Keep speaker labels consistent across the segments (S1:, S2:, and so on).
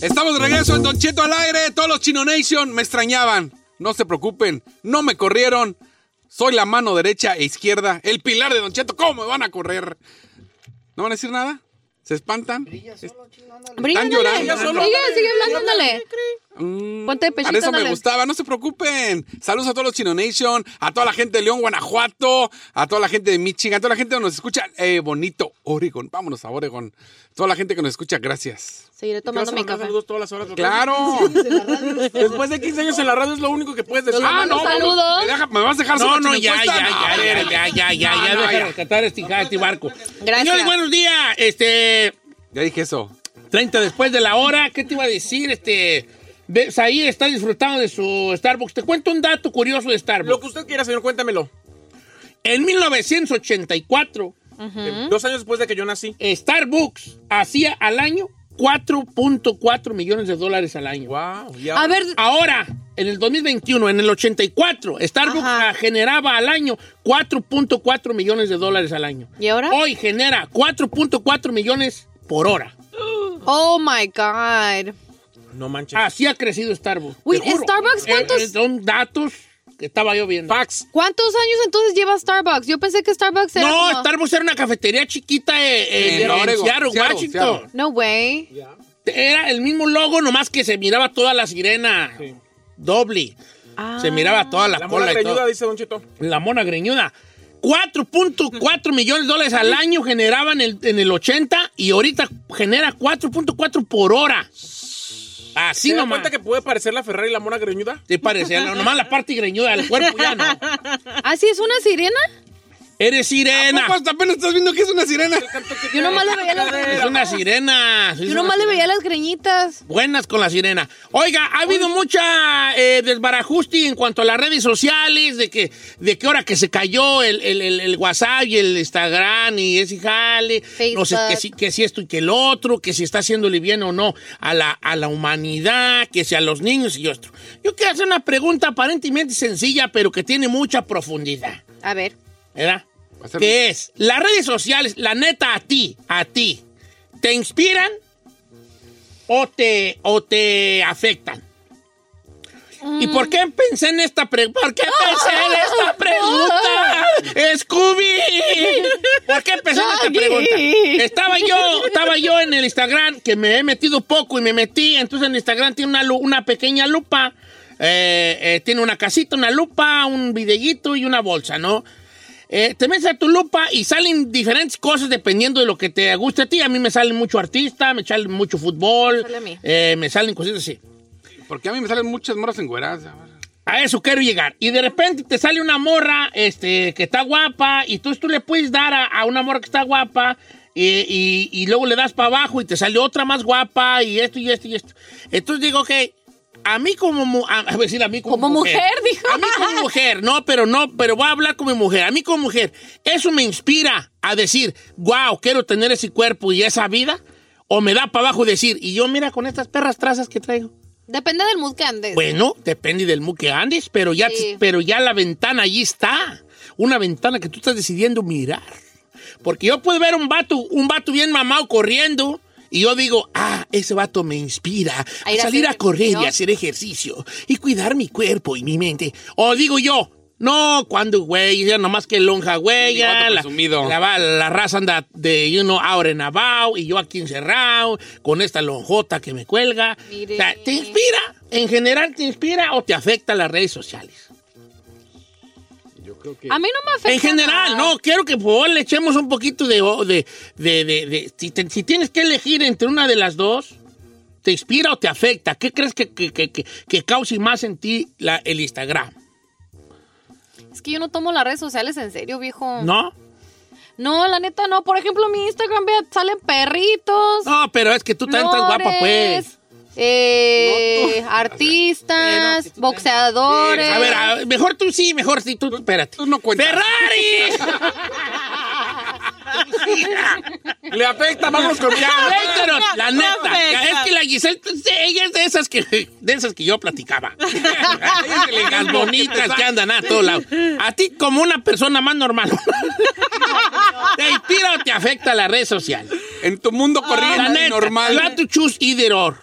S1: Estamos de regreso en Don Cheto al aire. Todos los Chino Nation me extrañaban. No se preocupen, no me corrieron. Soy la mano derecha e izquierda, el pilar de Don Cheto. ¿Cómo me van a correr? ¿No van a decir nada? ¿Se espantan?
S2: Brilla,
S1: Están llorando,
S2: ándale.
S1: solo.
S2: Sigue, sigue hablando, ándale.
S3: Mm,
S2: Ponte de
S1: Para
S2: pechito,
S1: eso me
S2: ándale.
S1: gustaba, no se preocupen. Saludos a todos los Chino Nation, a toda la gente de León, Guanajuato, a toda la gente de Michigan, a toda la gente que nos escucha. Eh, bonito, Oregon, vámonos a Oregon. Toda la gente que nos escucha, gracias.
S2: Seguiré tomando mi café.
S3: saludos todas las horas.
S1: ¡Claro!
S3: Después de 15 años en la radio es lo único que puedes decir.
S1: ¡Ah, no!
S2: saludos.
S1: ¿Me, deja- me vas a dejar Pues
S3: No,
S1: solo
S3: no,
S1: sin
S3: ya, ya,
S1: encuesta?
S3: ya,
S1: No,
S3: ya, ya, ya, ya,
S1: No,
S3: ya,
S1: no,
S3: deja
S1: ya.
S3: rescatar este, este barco.
S2: Gracias.
S3: Señores, buenos días. Este,
S1: Ya dije eso.
S3: 30 después de la hora, ¿qué te iba a decir? Este, de, Said está disfrutando de su Starbucks. Te cuento un dato curioso de Starbucks.
S4: Lo que usted quiera, señor, cuéntamelo.
S3: En 1984,
S4: Eh, Dos años después de que yo nací.
S3: Starbucks hacía al año 4.4 millones de dólares al año.
S4: Wow.
S2: A ver,
S3: Ahora, en el 2021, en el 84, Starbucks
S2: Ajá.
S3: generaba al año 4.4 millones de dólares al año.
S2: ¿Y ahora?
S3: Hoy genera 4.4 millones por hora.
S2: oh my God.
S4: No manches.
S3: Así ha crecido Starbucks.
S2: Uy,
S3: te juro.
S2: Starbucks,
S3: Eh,
S2: ¿cuántos-
S3: eh, son datos que estaba yo viendo.
S4: Fax.
S2: ¿Cuántos años entonces lleva Starbucks? Yo pensé que Starbucks era.
S3: No,
S2: como-
S3: Starbucks era una cafetería chiquita eh, eh,
S1: En
S3: en,
S1: Oregon,
S3: Seattle,
S1: Seattle,
S3: Washington.
S1: Seattle.
S2: No way.
S3: Era el mismo logo, nomás que se miraba toda la sirena doble. Se
S2: Ah.
S3: miraba toda la,
S4: La
S3: cola
S4: mona
S3: y todo.
S4: greñuda, dice Don Cheto.
S3: La mona greñuda. 4.4 millones de dólares al año generaban en el, en el 80 y ahorita genera 4.4 por hora.
S4: ¿Se
S3: Así
S4: da
S3: nomás.
S4: cuenta que puede parecer la Ferrari y la mona greñuda?
S3: Te parece, nomás la parte greñuda del cuerpo ya no.
S2: ¿Ah, sí es una sirena?
S3: Eres sirena.
S1: Poco hasta apenas estás viendo que es una sirena.
S2: Yo nomás le veía
S3: Es
S2: las,
S3: una sirena. Es
S2: Yo
S3: una
S2: nomás le
S3: sirena.
S2: veía las greñitas.
S3: Buenas con la sirena. Oiga, ha habido mucha eh, desbarajuste en cuanto a las redes sociales, de que, de que ahora que se cayó el, el- el- el WhatsApp y el Instagram y ese jale, no sé,
S2: Facebook.
S3: que si, que si esto y que el otro, que si está haciéndole bien o no a la, a la humanidad, que si a los niños y otro. Yo quiero hacer una pregunta aparentemente sencilla, pero que tiene mucha profundidad,
S2: A ver.
S3: ¿verdad?
S1: Va a ser-
S3: Que es, las redes sociales, la neta, a ti, a ti, ¿te inspiran o te, o te afectan? ¿Y por qué pensé en esta pregunta? ¿Por qué pensé en esta pregunta? ¡Scooby! ¿Por qué pensé en esta pregunta? Estaba yo, estaba yo en el Instagram, que me he metido poco y me metí. Entonces en Instagram tiene una, lu- una pequeña lupa. eh, eh, tiene una casita, una lupa, un videíto y una bolsa, ¿no? Eh, te metes a tu lupa y salen diferentes cosas dependiendo de lo que te guste a ti. A mí me salen mucho artista, me salen mucho fútbol,
S2: Sale a mí.
S3: eh, me salen cositas así.
S1: Porque a mí me salen muchas morras encueradas.
S3: A eso quiero llegar. Y de repente te sale una morra este, que está guapa y tú, tú le puedes dar a, a una morra que está guapa eh, y, y luego le das para abajo y te sale otra más guapa y esto y esto y esto. Entonces digo que a mí como... mu- A, a ver, sí, a mí como,
S2: Como mujer, dijo.
S3: A mí como mujer, no, pero no, pero voy a hablar como mujer. A mí como mujer, eso me inspira a decir, wow, quiero tener ese cuerpo y esa vida. O me da para abajo decir, y yo mira con estas perras trazas que traigo.
S2: Depende del mood que andes.
S3: Bueno, depende del mu que andes, pero ya,
S2: Sí.
S3: pero ya la ventana allí está. Una ventana que tú estás decidiendo mirar. Porque yo puedo ver un vato, un vato bien mamado corriendo. Y yo digo, ah, ese vato me inspira a,
S2: A ir a
S3: salir
S2: hacer
S3: a correr y
S2: ejercicio.
S3: hacer ejercicio y cuidar mi cuerpo y mi mente. O digo yo, No, cuando, güey, ya nomás que lonja, güey,
S1: Mendigo
S3: ya
S1: vato
S3: la,
S1: presumido.
S3: la va- la raza anda de, you know, out and about, y yo aquí encerrado, con esta lonjota que me cuelga.
S2: Mire.
S3: O sea, ¿te inspira? ¿En general te inspira o te afecta las redes sociales?
S2: A mí no me afecta.
S3: En general,
S2: nada.
S3: no, quiero que por favor, le echemos un poquito de... de, de, de- de- si, te- si tienes que elegir entre una de las dos, ¿te inspira o te afecta? ¿Qué crees que, que, que- que- que cause más en ti la- el Instagram?
S2: Es que yo no tomo las redes sociales en serio, viejo.
S3: ¿No?
S2: No, la neta no. Por ejemplo, mi Instagram, vea, salen perritos.
S3: No, pero es que tú también estás guapa, pues.
S2: flores, eh, artistas, boxeadores.
S3: A ver, a ver, mejor tú sí, mejor sí, tú, espérate.
S1: tú no cuentas.
S3: ¡Ferrari!
S1: Le afecta, vámonos con ya.
S3: Cuéntanos, la neta.
S5: afecta.
S3: Es que la Giselle, pues, sí, ella es de esas que, de esas que yo platicaba. Las bonitas que andan a todos lados. A ti como una persona más normal. ¿Te inspira o te afecta la red social?
S1: En tu mundo
S3: La
S1: corriente
S3: neta,
S1: y normal.
S3: you have to choose either or.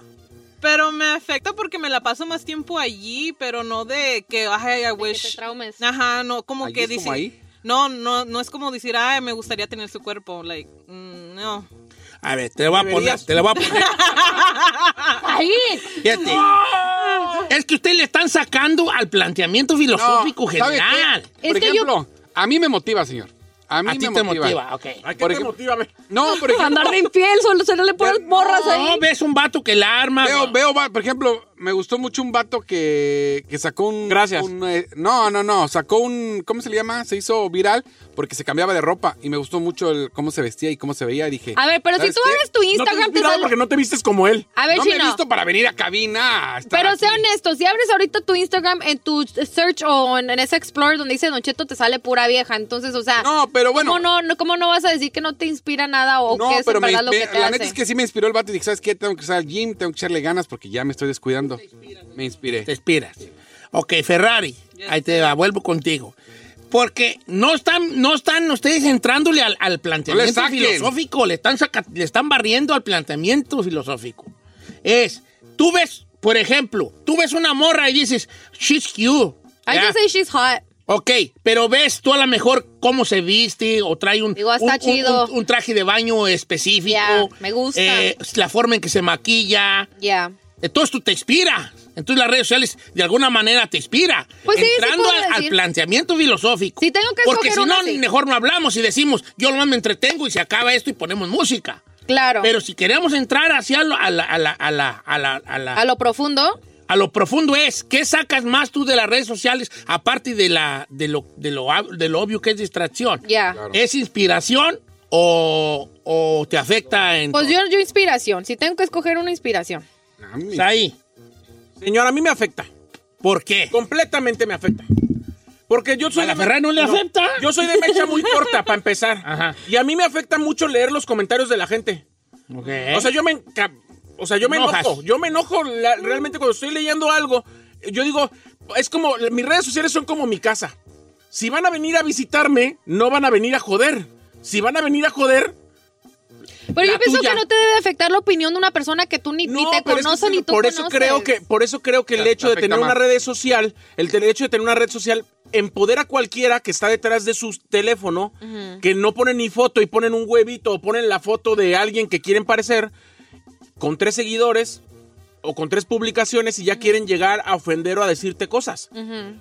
S5: Pero me afecta porque me la paso más tiempo allí, pero no de que, ay, I
S2: te
S5: wish.
S2: traumes.
S5: Ajá, no, como
S1: Allí
S5: que
S1: es como
S5: dice.
S1: ahí.
S5: No, no, no es como decir, ay, me gustaría tener su cuerpo. Like, mm, no.
S3: A ver, te la voy a poner, te la voy a poner.
S2: Ahí.
S3: Fíjate. Es que ustedes le están sacando al planteamiento filosófico
S1: No, ¿sabe
S3: general.
S1: qué?
S2: Es
S1: Por
S2: que yo-
S1: ejemplo, a mí me motiva, señor. A mí
S3: A ti
S1: me
S3: te
S1: motiva.
S3: motiva, ok.
S4: Ay, ¿qué
S1: Por
S4: te
S1: ejemplo-
S4: motiva, me?
S1: No, por ejemplo,
S2: Andar de infiel, solo se le ponen morras ahí.
S3: No, ves un vato que la arma.
S1: veo,
S3: no.
S1: veo, va- por ejemplo, me gustó mucho un vato que, que sacó un...
S4: Gracias.
S1: un, eh, no, no, no, sacó un... ¿Cómo se le llama? Se hizo viral porque se cambiaba de ropa y me gustó mucho el cómo se vestía y cómo se veía. y dije...
S2: A ver, pero si
S1: ¿sabes
S2: tú
S1: qué?
S2: abres tu
S4: No te he
S2: Instagram, te
S4: inspirado
S2: sale-
S4: porque no te vistes como él.
S2: A ver,
S1: no me he
S2: Chino.
S1: visto para venir a cabina. a estar
S2: Pero
S1: aquí.
S2: sea honesto, si abres ahorita tu Instagram en tu search o en, en ese Explorer donde dice Don Cheto, te sale pura vieja. Entonces, o sea.
S1: No, pero bueno.
S2: ¿Cómo no, no- cómo no vas a decir que no te inspira nada o
S1: No,
S2: que es
S1: pero
S2: en
S1: me
S2: verdad lo que
S1: inspi-
S2: te
S1: la
S2: hace?
S1: neta es que sí me inspiró el vato y dije, ¿sabes qué? Tengo que usar al gym, tengo que echarle ganas porque ya me estoy descuidando. Me inspiré.
S3: Te inspiras. Ok, Ferrari. Ahí te va, vuelvo contigo. Porque no están, no están ustedes entrándole al, al planteamiento
S1: saquen.
S3: filosófico, le están, saca- le están barriendo al planteamiento filosófico. Es, tú ves, por ejemplo, tú ves una morra y dices, she's cute.
S2: I
S3: ¿ya?
S2: just say she's hot.
S3: Ok, pero ves tú a lo mejor cómo se viste o trae un,
S2: Digo, está
S3: un- un-
S2: chido.
S3: un- un traje de baño específico.
S2: Ya, me gusta.
S3: eh, la forma en que se maquilla.
S2: Yeah.
S3: Entonces tú te inspira. Entonces las redes sociales de alguna manera te inspira.
S2: Pues sí, sí
S3: Entrando
S2: puedo
S3: al, al
S2: decir.
S3: planteamiento filosófico.
S2: Sí, tengo que
S3: Porque
S2: escoger
S3: si no,
S2: una, sí.
S3: mejor no hablamos y decimos, yo nomás me entretengo y se acaba esto y ponemos música.
S2: Claro.
S3: Pero si queremos entrar hacia lo, a, la, a, la, a, la, a, la, a la-
S2: a lo profundo.
S3: a lo profundo es, ¿qué sacas más tú de las redes sociales aparte de, la, de, lo, de, lo, ab- de lo obvio que es distracción?
S2: Ya.
S3: ¿Es inspiración o, o te afecta en...
S2: Pues yo, yo inspiración. Si tengo que escoger una inspiración.
S1: Ah, mi-
S3: Está Pues ahí.
S4: Señor, a mí me afecta.
S3: ¿Por qué?
S4: Completamente me afecta. Porque yo soy.
S3: ¿A la
S4: de-
S3: Ferrari no le afecta?
S4: Yo soy de mecha muy corta, para empezar.
S3: Ajá.
S4: Y a mí me afecta mucho leer los comentarios de la gente.
S3: Ok.
S4: O sea, yo me enca- o sea, yo me
S3: ¿Eh? Enojas.
S4: enojo, yo me enojo la- realmente cuando estoy leyendo algo, yo digo, es como mis redes sociales son como mi casa. Si van a venir a visitarme, no van a venir a joder. Si van a venir a joder,
S2: Pero
S4: La
S2: yo pienso
S4: tuya.
S2: que no te debe afectar la opinión de una persona que tú ni, ni te
S4: pero es que
S2: conoces
S4: sí,
S2: ni tú
S4: por eso
S2: conoces.
S4: creo que por eso creo que el
S1: Te-
S4: hecho de
S1: te afecta
S4: tener una
S1: más.
S4: red social, el te- hecho de tener una red social empodera a cualquiera que está detrás de su teléfono, que no ponen ni foto y ponen un huevito o ponen la foto de alguien que quieren parecer con tres seguidores o con tres publicaciones y ya quieren llegar a ofender o a decirte cosas.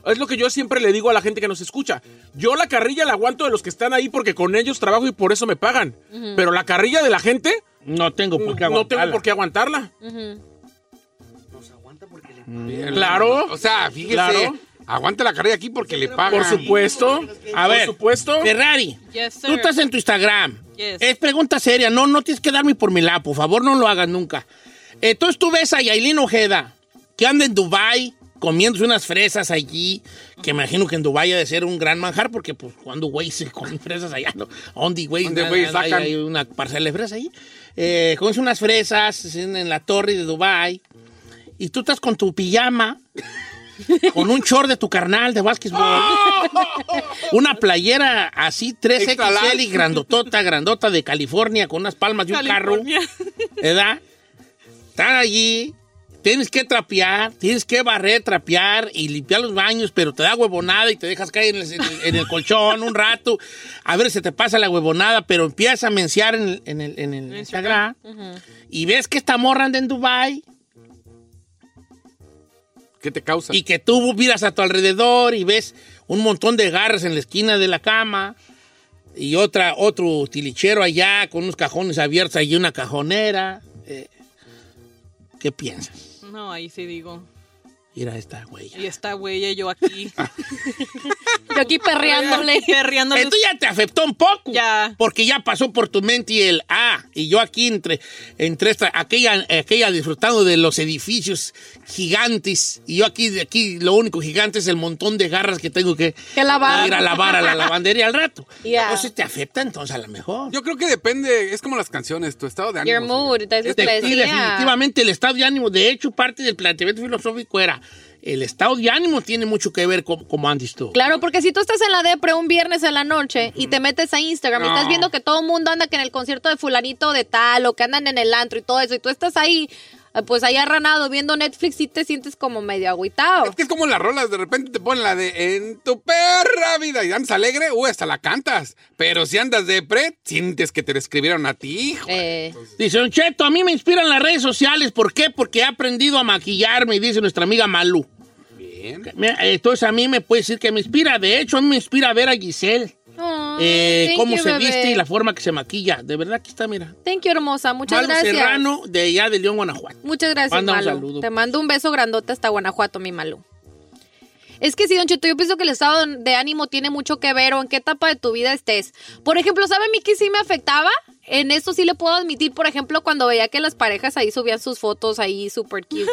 S4: Es lo que yo siempre le digo a la gente que nos escucha. Yo la carrilla la aguanto de los que están ahí porque con ellos trabajo y por eso me pagan. Pero la carrilla de la gente
S3: No tengo por qué
S4: no tengo
S3: aguantarla.
S4: por qué aguantarla.
S1: Bien.
S4: Claro.
S1: Mm. O sea, fíjese.
S4: Claro.
S1: Aguanta la carrera aquí porque le pagan.
S4: Por supuesto.
S3: A ver,
S4: Por supuesto.
S3: Ferrari,
S5: Yes, sir.
S3: tú estás en tu Instagram.
S5: Yes.
S3: Es pregunta seria, no, no tienes que darme por mi lado, por favor, no lo hagas nunca. Entonces tú ves a Yailin Ojeda, que anda en Dubai comiéndose unas fresas allí, que imagino que en Dubai ha de ser un gran manjar, porque pues cuando güey se comen fresas allá, ¿no? ¿Dónde güey?
S1: ¿Dónde,
S3: na-
S1: güey,
S3: na- hay,
S1: sacan?
S3: hay una parcela de fresas ahí. Eh, comes unas fresas en, en la torre de Dubai y tú estás con tu pijama, con un short de tu carnal de básquetbol. Una playera así
S1: Extra large.
S3: 3XL y grandotota, grandota de California con unas palmas de un
S5: California.
S3: carro, ¿verdad? Están allí, Tienes que trapear, tienes que barrer, trapear y limpiar los baños, pero te da huevonada y te dejas caer en el, en el- en el colchón un rato. A ver, se te pasa la huevonada, pero empiezas a menciar en el, en el- en el Instagram y ves que esta morra anda en Dubai
S1: ¿Qué te causa?
S3: y que tú miras a tu alrededor y ves un montón de garras en la esquina de la cama y otra, otro tilichero allá con unos cajones abiertos y una cajonera. Eh, ¿Qué piensas?
S5: No, ahí sí digo.
S3: Mira esta güey.
S5: Y esta huella yo aquí.
S2: Yo aquí perreándole. pues,
S5: Perreándole.
S3: Esto ya te afectó un poco.
S5: Ya.
S3: Porque ya pasó por tu mente y el ah, y yo aquí entre, entre esta, aquella, aquella disfrutando de los edificios gigantes. Y yo aquí, de aquí, lo único gigante es el montón de garras que tengo que,
S2: Que lavar.
S3: ir a lavar a la lavandería al rato.
S2: Ya.
S3: Entonces te afecta entonces a lo mejor.
S1: Yo creo que depende, es como las canciones, tu estado de ánimo.
S2: Your
S1: señor.
S2: mood, that's what
S3: Este,
S2: they
S3: sí,
S2: decía.
S3: definitivamente el estado de ánimo, de hecho, parte del planteamiento filosófico era el estado de ánimo tiene mucho que ver con cómo andes tú.
S2: Claro, porque si tú estás en la depre un viernes en la noche y te metes a Instagram y
S1: No.
S2: estás viendo que todo el mundo anda que en el concierto de fulanito de tal o que andan en el antro y todo eso y tú estás ahí, eh, pues ahí arranado viendo Netflix y te sientes como medio agüitado.
S1: Es que es como las rolas, de repente te ponen la de en tu perra vida y andas alegre, uy, hasta la cantas. Pero si andas de pre, sientes que te describieron a ti, hijo.
S2: Eh,
S4: pues.
S3: Dice, Don Cheto, a mí me inspiran las redes sociales. ¿Por qué? Porque he aprendido a maquillarme, dice nuestra amiga Malú.
S1: Bien.
S3: Mira, Entonces a mí me puede decir que me inspira. De hecho, a mí me inspira ver a Giselle.
S2: oh,
S3: eh,
S2: thank
S3: cómo
S2: you,
S3: se
S2: bebé.
S3: viste y la forma que se maquilla. De verdad que está, mira.
S2: Thank you, hermosa. Muchas
S3: Malu
S2: gracias.
S3: Serrano, de allá de León, Guanajuato.
S2: Muchas gracias,
S3: Manda un
S2: Malu.
S3: saludo.
S2: Te mando un beso grandote hasta Guanajuato, mi Malu. Es que sí, Don Cheto, yo pienso que el estado de ánimo tiene mucho que ver o en qué etapa de tu vida estés. Por ejemplo, ¿sabe a mí que sí me afectaba? En esto sí le puedo admitir, por ejemplo, cuando veía que las parejas ahí subían sus fotos ahí super cute.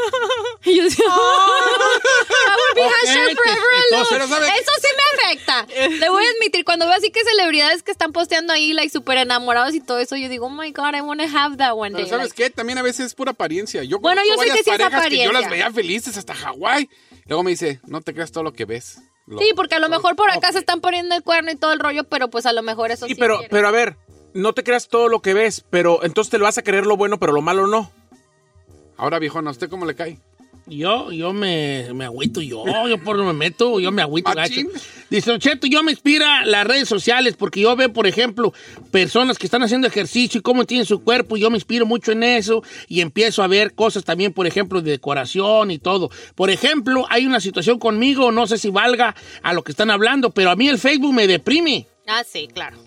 S2: y yo decía, "Ah". I would be
S3: Ok,
S2: hashtag forever
S3: entonces,
S2: alone".
S1: pero ¿sabe?
S2: Eso sí me afecta. le voy a admitir, cuando veo así que celebridades que están posteando ahí, like, super enamorados y todo eso, yo digo, oh my God, I want to have that one
S1: Pero
S2: day.
S1: ¿sabes
S2: like,
S1: qué? También a veces es pura apariencia. Yo
S2: Bueno,
S1: conozco
S2: yo sé que
S1: varias
S2: sí es
S1: parejas que yo las
S2: apariencia.
S1: veía felices hasta Hawái. Luego me dice, no te creas todo lo que ves. Lo-
S2: Sí, porque a lo mejor por acá se están poniendo el cuerno y todo el rollo, pero pues a lo mejor eso sí.
S4: Sí, pero,
S2: quiere.
S4: pero a ver, no te creas todo lo que ves, pero entonces te lo vas a creer lo bueno, pero lo malo no.
S1: Ahora, viejona, ¿a usted cómo le cae?
S3: Yo, yo me, me agüito, yo, yo por no me meto, yo me agüito, gacho.
S1: Machín.
S3: Dice, "Don Cheto, yo me inspira las redes sociales porque yo veo, por ejemplo, personas que están haciendo ejercicio y cómo tienen su cuerpo, y yo me inspiro mucho en eso y empiezo a ver cosas también, por ejemplo, de decoración y todo. Por ejemplo, hay una situación conmigo, no sé si valga a lo que están hablando, pero a mí el Facebook me deprime,
S2: Ah, sí, claro.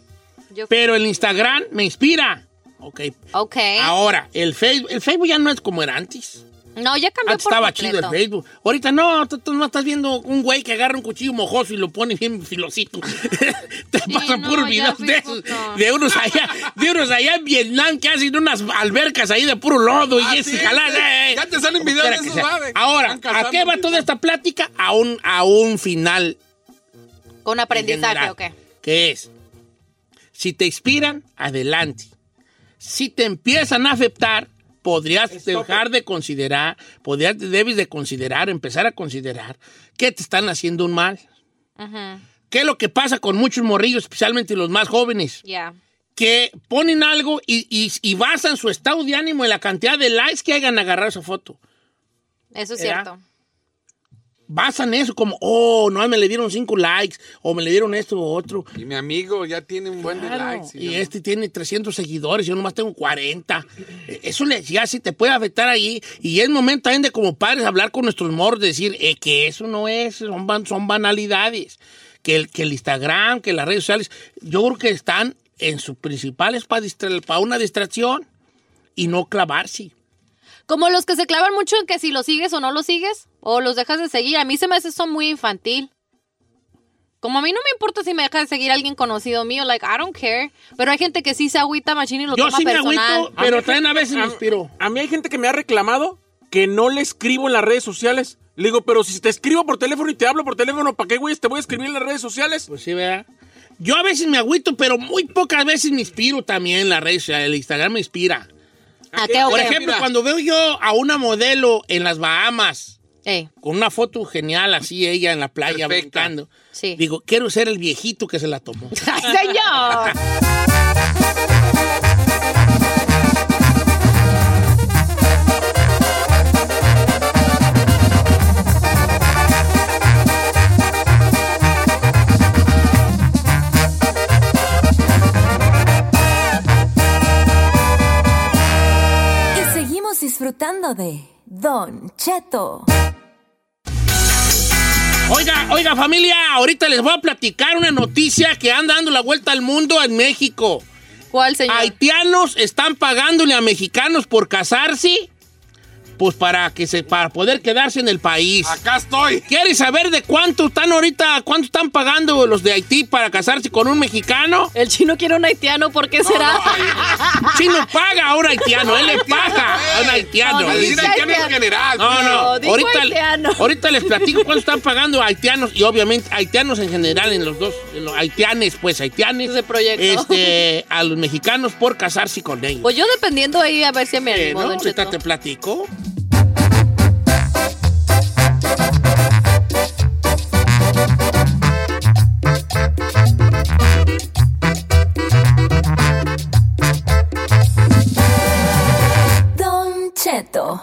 S2: Yo...
S3: pero el Instagram me inspira. Ok.
S2: Ok.
S3: Ahora, el Facebook, el Facebook ya no es como era antes.
S2: No, ya cambió
S3: Antes
S2: por
S3: estaba
S2: completo.
S3: chido el Facebook. Ahorita no, tú, tú no estás viendo un güey que agarra un cuchillo mojoso y lo pone bien filosito. Te pasan
S2: no,
S3: puros
S2: ya
S3: videos de
S2: Facebook
S3: esos.
S2: no.
S3: De unos allá, de unos allá en Vietnam que hacen unas albercas ahí de puro lodo
S1: Ah,
S3: y ese
S1: sí,
S3: jalada.
S1: sí.
S3: eh, eh.
S1: Ya te salen
S3: Como
S1: videos de
S3: quiera que
S1: esos,
S3: sea.
S1: va, de-
S3: Ahora,
S1: están
S3: ¿a qué va
S1: cazando.
S3: toda esta plática? A un, a un final
S2: Con aprendizaje,
S3: general,
S2: ok.
S3: Que es, si te inspiran, adelante. Si te empiezan a afectar, podrías dejar de considerar, podrías, debes de considerar, empezar a considerar que te están haciendo un mal. ¿Qué es lo que pasa con muchos morrillos, especialmente los más jóvenes?
S2: Ya.
S3: Que ponen algo y, y- y basan su estado de ánimo en la cantidad de likes que hayan agarrado esa foto.
S2: Eso es
S3: ¿Era?
S2: cierto.
S3: Basan eso como, oh, no, me le dieron cinco likes, o me le dieron esto o otro.
S1: Y mi amigo ya tiene un buen de
S3: Claro,
S1: likes.
S3: y
S1: yo no-
S3: este tiene 300 seguidores, yo nomás tengo 40. Eh, Eso le, ya sí te puede afectar ahí. Y es momento también de como padres hablar con nuestros moros, decir eh, que eso no es, son, ban- son banalidades. Que el, que el Instagram, que las redes sociales, yo creo que están en sus principales para una distracción y no clavarse.
S2: Como los que se clavan mucho en que si los sigues o no los sigues, o los dejas de seguir. A mí se me hace eso muy infantil. Como a mí no me importa si me deja de seguir alguien conocido mío, like, I don't care. Pero hay gente que sí se agüita machín y lo
S3: Yo
S2: toma
S3: sí me
S2: personal.
S3: agüito, pero también a veces me
S4: a-
S3: inspiro.
S4: A mí hay gente que me ha reclamado que no le escribo en las redes sociales. Le digo, pero si te escribo por teléfono y te hablo por teléfono, ¿para qué, güey? Te voy a escribir en las redes sociales.
S3: Pues sí, ¿verdad? Yo a veces me agüito, pero muy pocas veces me inspiro también en las redes sociales. El Instagram me inspira.
S2: ¿A qué
S3: Por
S2: ok?
S3: ejemplo,
S1: mira.
S3: cuando veo yo a una modelo en las Bahamas
S2: Ey,
S3: con una foto genial así ella en la playa
S1: Perfecta.
S3: brincando,
S2: Sí.
S3: digo, quiero ser el viejito que se la tomó.
S2: ¡Ay, señor!
S6: disfrutando de Don Cheto.
S3: Oiga, oiga familia, ahorita les voy a platicar una noticia que anda dando la vuelta al mundo en México.
S2: ¿Cuál, señor?
S3: Haitianos están pagándole a mexicanos por casarse, pues para que se para poder quedarse en el país.
S1: Acá estoy.
S3: ¿Quieres saber de cuánto están ahorita, cuánto están pagando los de Haití para casarse con un mexicano?
S2: El chino quiere un haitiano, ¿por qué será?
S3: Chino paga a un haitiano, él le paga a un haitiano.
S2: No,
S1: Al decir
S2: dice
S1: haitiano en
S2: haitiano.
S1: general.
S3: No, no.
S2: No, dijo
S3: ahorita,
S2: haitiano.
S3: ahorita les platico cuánto están pagando haitianos y obviamente haitianos en general, en los dos, en los haitianes, pues haitianes.
S2: Ese proyecto.
S3: Este, a los mexicanos por casarse con ellos.
S2: Pues yo dependiendo ahí a ver si me
S3: Eh,
S2: animo,
S3: ¿no?
S2: Don
S3: Ahorita
S2: Cheto.
S3: te platico.
S6: Don Cheto.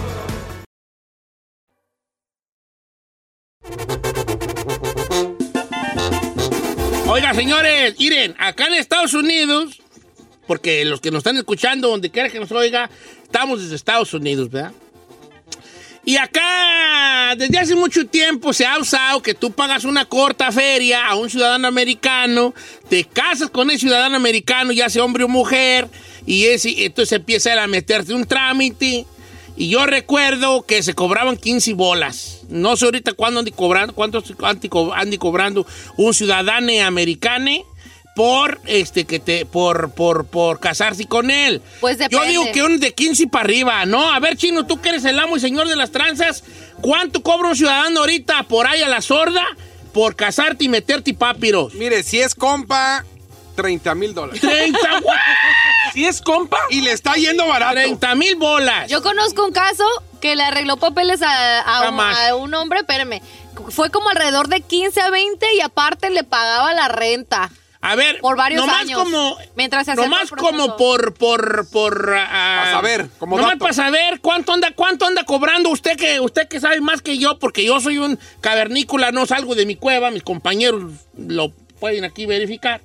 S3: Oiga, señores, miren, acá en Estados Unidos, porque los que nos están escuchando, donde quiera que nos oiga, estamos desde Estados Unidos, ¿verdad? Y acá, desde hace mucho tiempo se ha usado que tú pagas una corta feria a un ciudadano americano, te casas con ese ciudadano americano, ya sea hombre o mujer, y ese, entonces empieza él a meterte un trámite. Y yo recuerdo que se cobraban 15 bolas. No sé ahorita cuándo andan cobrando, cuántos andan co- andan cobrando un ciudadano americano por este que te por por por casarse con él.
S2: Pues
S3: Yo
S2: depende.
S3: digo que un de 15 para arriba, ¿no? A ver, Chino, tú que eres el amo y señor de las tranzas, ¿cuánto cobra un ciudadano ahorita por ahí a la sorda por casarte y meterte papiros?
S1: Mire, si es compa, 30 mil dólares.
S3: 30, güey,
S4: Si es compa,
S1: Y le está yendo barato.
S3: 30 mil bolas.
S2: Yo conozco un caso que le arregló papeles a, a un,
S3: Jamás.
S2: a un hombre, espérame. Fue como alrededor de 15 a 20 y aparte le pagaba la renta.
S3: A ver,
S2: Por varios
S3: nomás
S2: años,
S3: Como,
S2: mientras se acerca
S3: nomás
S2: el proceso.
S3: como por, por, por. ah,
S1: Pa' saber, como
S3: Nomás
S1: dato.
S3: para saber cuánto anda, cuánto anda cobrando usted que, usted que sabe más que yo, porque yo soy un cavernícola, no salgo de mi cueva, mis compañeros lo pueden aquí verificar.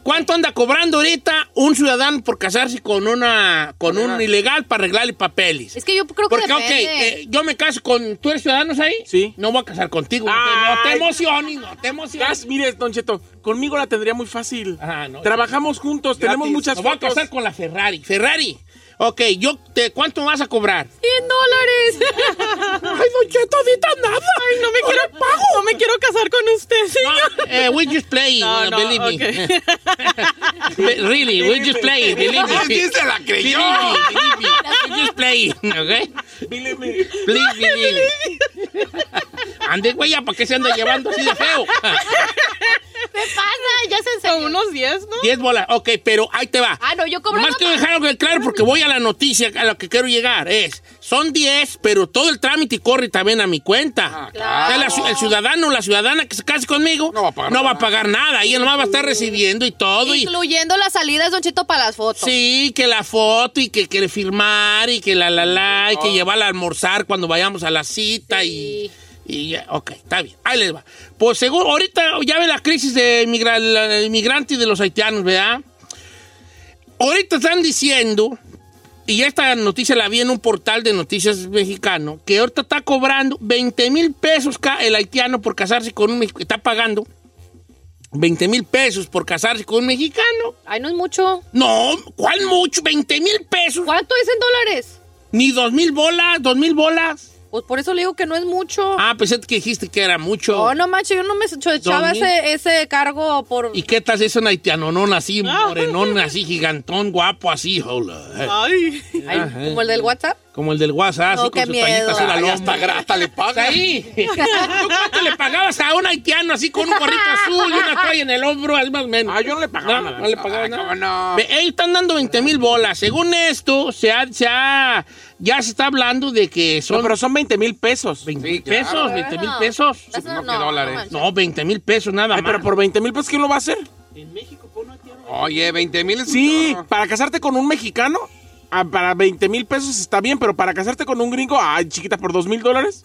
S3: ¿Cuánto anda cobrando ahorita un ciudadano por casarse con una con un ilegal para arreglarle papeles?
S2: Es que yo creo que
S3: Porque, ok,
S2: depende.
S3: eh, yo me caso con. ¿Tú eres ciudadanos ahí?
S4: Sí.
S3: No voy a casar contigo. no te- No te
S4: Ay.
S3: emociones, no te emociones.
S4: gas, mire, Don Cheto, Conmigo la tendría muy fácil. Trabajamos juntos, tenemos muchas
S3: Me voy a casar con la Ferrari. Ferrari. Ok, yo te, ¿cuánto vas a cobrar?
S2: 100 dólares.
S3: Ay, don Cheto, ahorita nada. Ay,
S5: no me quiero pago. No me quiero casar con usted, señor.
S3: Eh, we just playing,
S5: No,
S3: uh,
S5: no,
S3: believe me. Be- really, we just playing, believe me.
S1: ¿Quién se la creyó?
S3: Believe me, believe me. We just playing, okay? Please believe me. Ande, güey, ¿para qué se anda llevando así de feo?
S2: ¿Qué pasa? Ya se
S5: Con
S2: enseñó.
S5: unos 10, ¿no?
S3: 10 bolas, ok, pero ahí te va.
S2: Ah, no, yo cobro.
S3: Más que dejar algo claro porque voy a la noticia a la que quiero llegar. Es, son 10, pero todo el trámite corre también a mi cuenta. O sea, la ciu- el ciudadano, la ciudadana que se case conmigo, Ah, no va a pagar, nada. Ella nomás va a estar recibiendo y todo. Y,
S2: Incluyendo las salidas, Don Cheto, para las fotos.
S3: sí, que la foto y que, que firmar y que la la la y que llevarla a almorzar cuando vayamos a la cita y...
S2: Sí.
S3: Y ya, ok, está bien. Ahí les va. Pues según, ahorita ya ve la crisis de inmigra- la- la inmigrante y de los haitianos, ¿verdad? Ahorita están diciendo, y esta noticia la vi en un portal de noticias mexicano, que ahorita está cobrando 20 mil pesos ca- el haitiano por casarse con un mexicano. Está pagando 20 mil pesos por casarse con un mexicano.
S2: Ay, no es mucho.
S3: No, ¿cuál mucho? 20 mil pesos.
S2: ¿Cuánto es en dólares?
S3: Ni 2 mil bolas, 2 mil bolas.
S2: Pues por eso le digo que no es mucho.
S3: Ah, pensé que dijiste que era mucho.
S2: Oh, No, no, macho, yo no me echaba
S3: Don Mil.
S2: ese, ese cargo por...
S3: ¿Y qué tal si es un haitianonón así, morenón así, gigantón, guapo así, hola?
S5: Ay.
S2: Ay, como el del WhatsApp.
S3: eh, Como el del WhatsApp,
S2: No,
S3: así
S2: Oh, qué
S3: con su tallita
S2: miedo.
S3: así la
S2: Ay,
S3: loma.
S1: hasta grata le paga.
S3: Ahí. ¿Tú cuánto le pagabas a un haitiano así con un gorrito azul y una toalla en el hombro, al más o menos?
S4: Ah, yo no le
S3: No,
S4: pagaba nada.
S3: no le pagaba
S4: Ah,
S3: nada.
S4: cómo no.
S3: Ve, Ellos están dando 20 mil bolas. Según esto, se ha, se ha- ya se está hablando de que
S4: No,
S3: son
S4: pero son 20 mil pesos.
S3: 20
S1: Sí,
S3: mil
S1: claro.
S3: pesos, 20 mil pesos.
S2: That's
S1: no,
S2: not-
S1: ¿qué dólares?
S2: manches.
S3: No, 20 mil pesos nada
S4: Ay,
S3: más.
S4: pero por 20 mil pesos, ¿quién lo va a hacer?
S1: Oye, 20 mil es
S4: Sí, para casarte con un mexicano, ah, para 20 mil pesos está bien, pero para casarte con un gringo, ay, chiquita, por 2 mil dólares.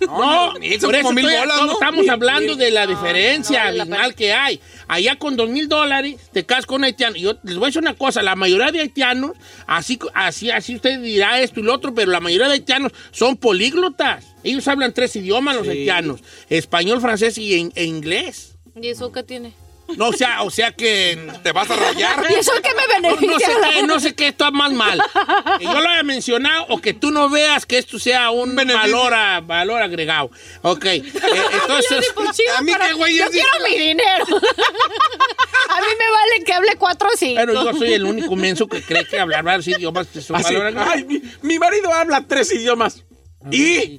S3: No,
S1: ni- ni- son
S3: por eso
S1: como mil
S3: estoy-
S1: bolas,
S3: no,
S1: ¿no?
S3: estamos hablando de la diferencia
S2: no, de la
S3: abismal
S2: per-
S3: que hay. Allá con dos mil dólares te casas con un haitiano. Yo les voy a decir una cosa, la mayoría de haitianos, así, así, así usted dirá esto y lo otro, pero la mayoría de haitianos son políglotas. Ellos hablan tres idiomas los haitianos, español, francés y en- e inglés.
S2: ¿Y eso qué tiene?
S3: No, o sea, o sea que...
S1: Te vas a rayar.
S2: ¿Y eso que me
S3: No, no sé
S2: beneficia?
S3: qué, no sé qué está más mal. Que yo lo haya mencionado o que tú no veas que esto sea un valor, a- valor agregado. Ok. eh, entonces,
S1: A mí qué güey
S2: Yo
S1: es
S2: quiero mi dinero. A mí me vale que hable cuatro o cinco.
S3: pero yo soy el único menso que cree que hablar varios idiomas es un
S4: Así,
S3: valor agregado.
S4: Ah, ay, mi, mi marido habla tres idiomas. Y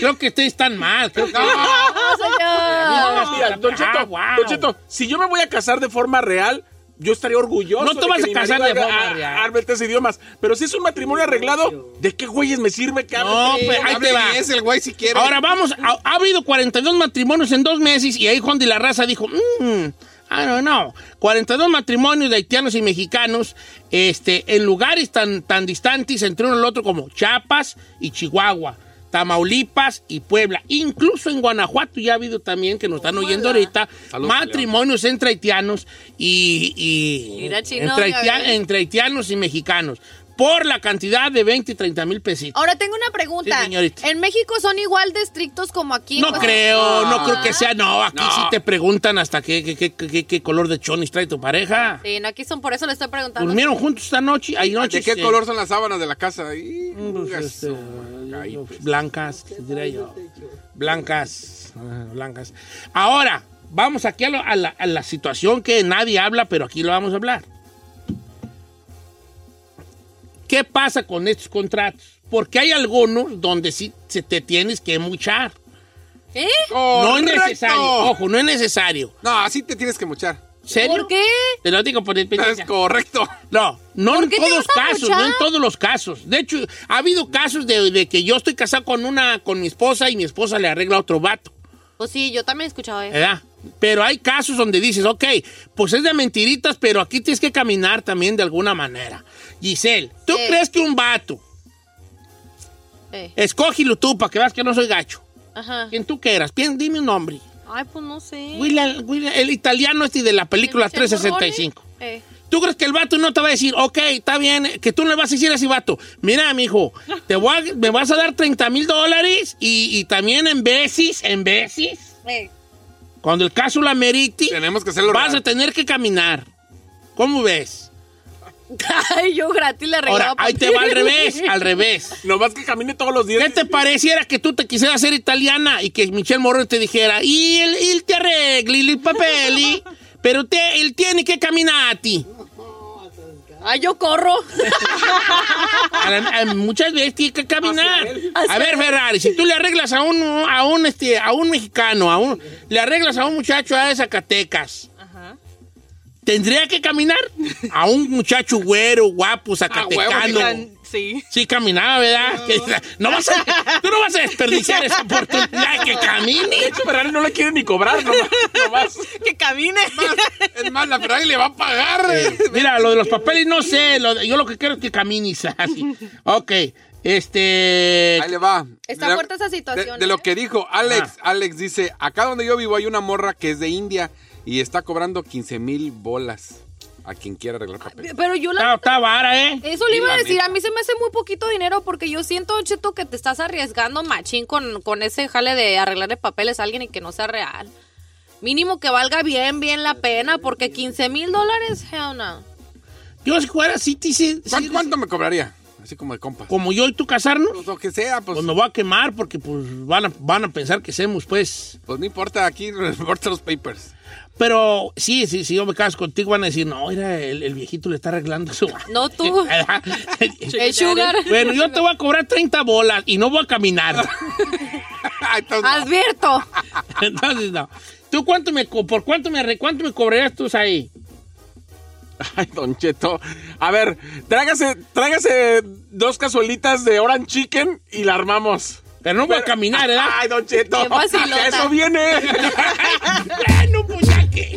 S3: Creo que ustedes están mal. Creo que-
S2: No, señor.
S3: Ah,
S4: mira, Don Cheto,
S3: wow.
S4: Don Cheto, si yo me voy a casar de forma real, yo estaría orgulloso.
S3: No te
S4: de
S3: vas
S4: que
S3: a
S4: mi
S3: casar
S4: marido
S3: de
S4: haga-
S3: forma
S4: a-
S3: real.
S4: hable tres idiomas, pero si es un matrimonio arreglado, ¿de qué güeyes me sirve que hable
S3: No,
S4: tres
S3: pero ahí te va.
S1: Es el güey si quiere.
S3: Ahora vamos, ha, ha habido 42 matrimonios en dos meses y ahí Juan de la Raza dijo, mmm, I don't know, 42 matrimonios de haitianos y mexicanos este, en lugares tan, tan distantes entre uno y el otro como Chiapas y Chihuahua. Tamaulipas y Puebla. Incluso en Guanajuato ya ha habido también, que nos están oyendo ahorita, matrimonios entre haitianos y, y-
S2: Mira, chino,
S3: entre,
S2: ya
S3: haitian-
S2: ves.
S3: entre haitianos y mexicanos por la cantidad de 20 y 30 mil pesitos.
S2: Ahora tengo una pregunta.
S3: Sí, señorita.
S2: ¿En México son igual de estrictos como aquí? Pues, en
S3: No
S2: Costa-
S3: creo, no creo que sea. No, aquí
S1: No.
S3: sí te preguntan hasta qué, qué, qué- qué- qué color de chonis trae tu pareja.
S2: Sí, no, aquí son, por eso le estoy preguntando.
S3: ¿Durmieron juntos esta noche? Ay, noche
S1: ¿De qué
S3: sí.
S1: color son las sábanas de la casa? Y-
S3: Pues, este,
S1: Ay, pues.
S3: blancas, diría yo. Blancas, ah, blancas. Ahora, vamos aquí a, lo- a la, a la situación que nadie habla, pero aquí lo vamos a hablar. ¿Qué pasa con estos contratos? Porque hay algunos donde sí se te tienes que muchar.
S2: ¿Qué?
S3: No es
S1: ¡Correcto!
S3: necesario, ojo, no es necesario.
S1: No, así te tienes que mochar.
S3: ¿Serio?
S2: ¿Por qué?
S3: Te lo digo por
S1: Es
S3: experiencia.
S1: correcto.
S3: No, no
S2: ¿Por
S3: en
S2: qué te
S3: todos
S2: vas a
S3: casos,
S2: mochar?
S3: no en todos los casos. De hecho, ha habido casos de, de que yo estoy casado con una, con mi esposa y mi esposa le arregla a otro vato,
S2: Pues sí, yo también he escuchado eso.
S3: ¿verdad? Pero hay casos donde dices, ok, pues es de mentiritas, pero aquí tienes que caminar también de alguna manera. Giselle, ¿tú
S2: Sí.
S3: crees que un vato,
S2: Eh,
S3: escógilo tú para que veas que no soy gacho,
S2: Ajá.
S3: quien tú quieras, pien- dime un nombre.
S2: Ay, pues no sé.
S3: William- William- el italiano este de la película
S2: ¿El
S3: 365.
S2: Eh.
S3: ¿Tú crees que el vato no te va a decir, ok, está bien, que tú no le vas a decir a ese vato, mira, mijo, te voy a- me vas a dar 30 mil dólares y, y también en veces, en veces,
S2: Eh.
S3: Cuando el caso la meriti, vas a tener que caminar. ¿Cómo ves?
S2: Ay, yo gratis le regalaba
S3: Ahora, ahí te va al revés, al revés.
S4: Nomás que camine todos los días.
S3: ¿Qué te pareciera que tú te quisieras hacer italiana y que Michelle Morón te dijera, y él, él te arregli el papel, pero te, él tiene que caminar a ti?
S2: Ay, yo corro.
S3: A la- a- muchas veces tiene que caminar.
S2: él.
S3: A
S2: Hacia
S3: ver,
S2: él.
S3: Ferrari, si tú le arreglas a un, a un, este, a un mexicano, a un, le arreglas a un muchacho de Zacatecas, ¿tendría que caminar? A un muchacho güero, guapo, zacatecano.
S5: Tan- Sí.
S3: Sí, caminaba, ¿verdad? Que- No vas a- tú no vas a desperdiciar esa oportunidad de que
S4: De
S3: camine.
S4: hecho, Ferrari no le quiere ni cobrar, nomás. nomás.
S5: Que camine.
S1: Es más, la Ferrari le va a pagar.
S3: Eh, mira, lo de los papeles no sé. lo de- yo lo que quiero es que camines así. Ok, este...
S1: Ahí le va.
S2: Está
S1: De-
S2: fuerte esa
S1: De,
S2: situación,
S1: de
S2: ¿eh?
S1: lo que dijo Alex, Alex dice, acá donde yo vivo hay una morra que es de India y está cobrando 15 mil bolas a quien quiera arreglar papel.
S2: Pero yo la
S3: Está, está vara, ¿eh?
S2: Eso le
S1: Sí,
S2: iba a
S1: la
S2: decir,
S1: neta.
S2: a mí se me hace muy poquito dinero porque yo siento, Don Cheto, que te estás arriesgando machín con, con ese jale de arreglarle papeles a alguien y que no sea real. Mínimo que valga bien, bien la pena, porque 15 mil dólares, hell no.
S3: Yo si fuera así, te hice-
S1: ¿Cuánto,
S3: sí,
S1: cuánto me cobraría? Así como de compas.
S3: Como yo y tú casarnos,
S1: Pues lo que sea, pues,
S3: pues nos va a quemar porque pues van a, van a pensar que somos, pues.
S1: pues no importa, aquí no importa los papers.
S3: Pero sí, sí, sí, yo me caso contigo, van a decir, no, era el, el viejito le está arreglando su...
S2: No tú. El sugar.
S3: Eh, bueno, yo te voy a cobrar 30 bolas y no voy a caminar.
S1: Ah, entonces, no.
S2: Advierto.
S3: Ah. Entonces, no. ¿Tú cuánto me, co- por cuánto me, re- cuánto me cobrarías tú ahí?
S4: Ay, Don Cheto. A ver, tráigase, tráigase dos cazuelitas de Orange Chicken y la armamos.
S3: Pero no voy a caminar, ¿verdad?
S4: Ay, Don Cheto.
S2: Qué vacilota.
S4: a Eso viene.
S3: bueno, pues ya que...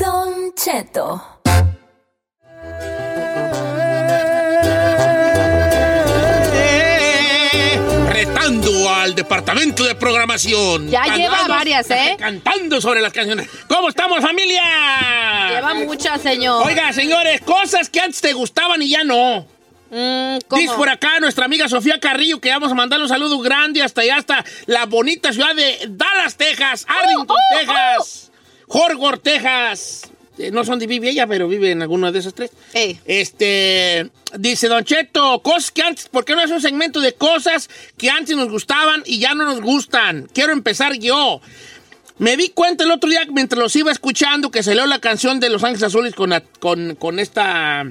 S6: Don Cheto.
S3: Retando al departamento de programación.
S2: Ya lleva varias, ¿eh?
S3: Cantando sobre las canciones. ¿Cómo estamos, familia?
S2: Lleva mucha, señor.
S3: Oiga, señores, cosas que antes te gustaban y ya no.
S2: Mm, ¿cómo?
S3: Dice por acá nuestra amiga Sofía Carrillo que vamos a mandar un saludo grande hasta allá, hasta la bonita ciudad de Dallas, Texas, Arlington,
S2: oh,
S3: Texas, Horgor, Texas. Eh, no son de vive ella, pero vive en alguna de esas tres.
S2: Ey.
S3: Este, dice Don Cheto, cosas que antes, ¿por qué no es un segmento de cosas que antes nos gustaban y ya no nos gustan? Quiero empezar yo. Me di cuenta el otro día mientras los iba escuchando que salió la canción de Los Ángeles Azules con, la- con, con esta...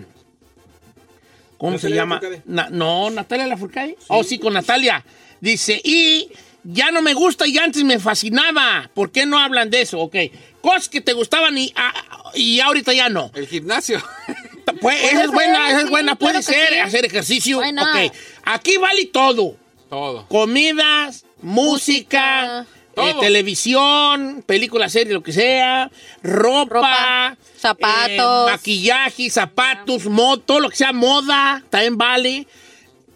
S3: ¿Cómo se
S4: Natalia
S3: llama?
S4: Lafourcade.
S3: Na- no, Natalia Lafourcade. Oh, sí, con Natalia. Dice, y ya no me gusta y antes me fascinaba. ¿Por qué no hablan de eso? Ok. Cosas que te gustaban y, ah, y ahorita ya no.
S1: El gimnasio.
S3: Ta- Pues, esa es
S2: ser,
S3: buena, esa es
S2: sí,
S3: buena.
S2: claro
S3: Puede
S2: que
S3: ser
S2: sí.
S3: hacer ejercicio.
S2: Why not?
S3: Ok. Aquí vale todo.
S1: Todo.
S3: Comidas, música,
S2: Música.
S3: eh,
S1: Todo.
S3: televisión, películas, series, lo que sea, ropa,
S2: Ropa, zapatos. Ah.
S3: eh, maquillaje, zapatos, moto, todo lo que sea moda, también vale.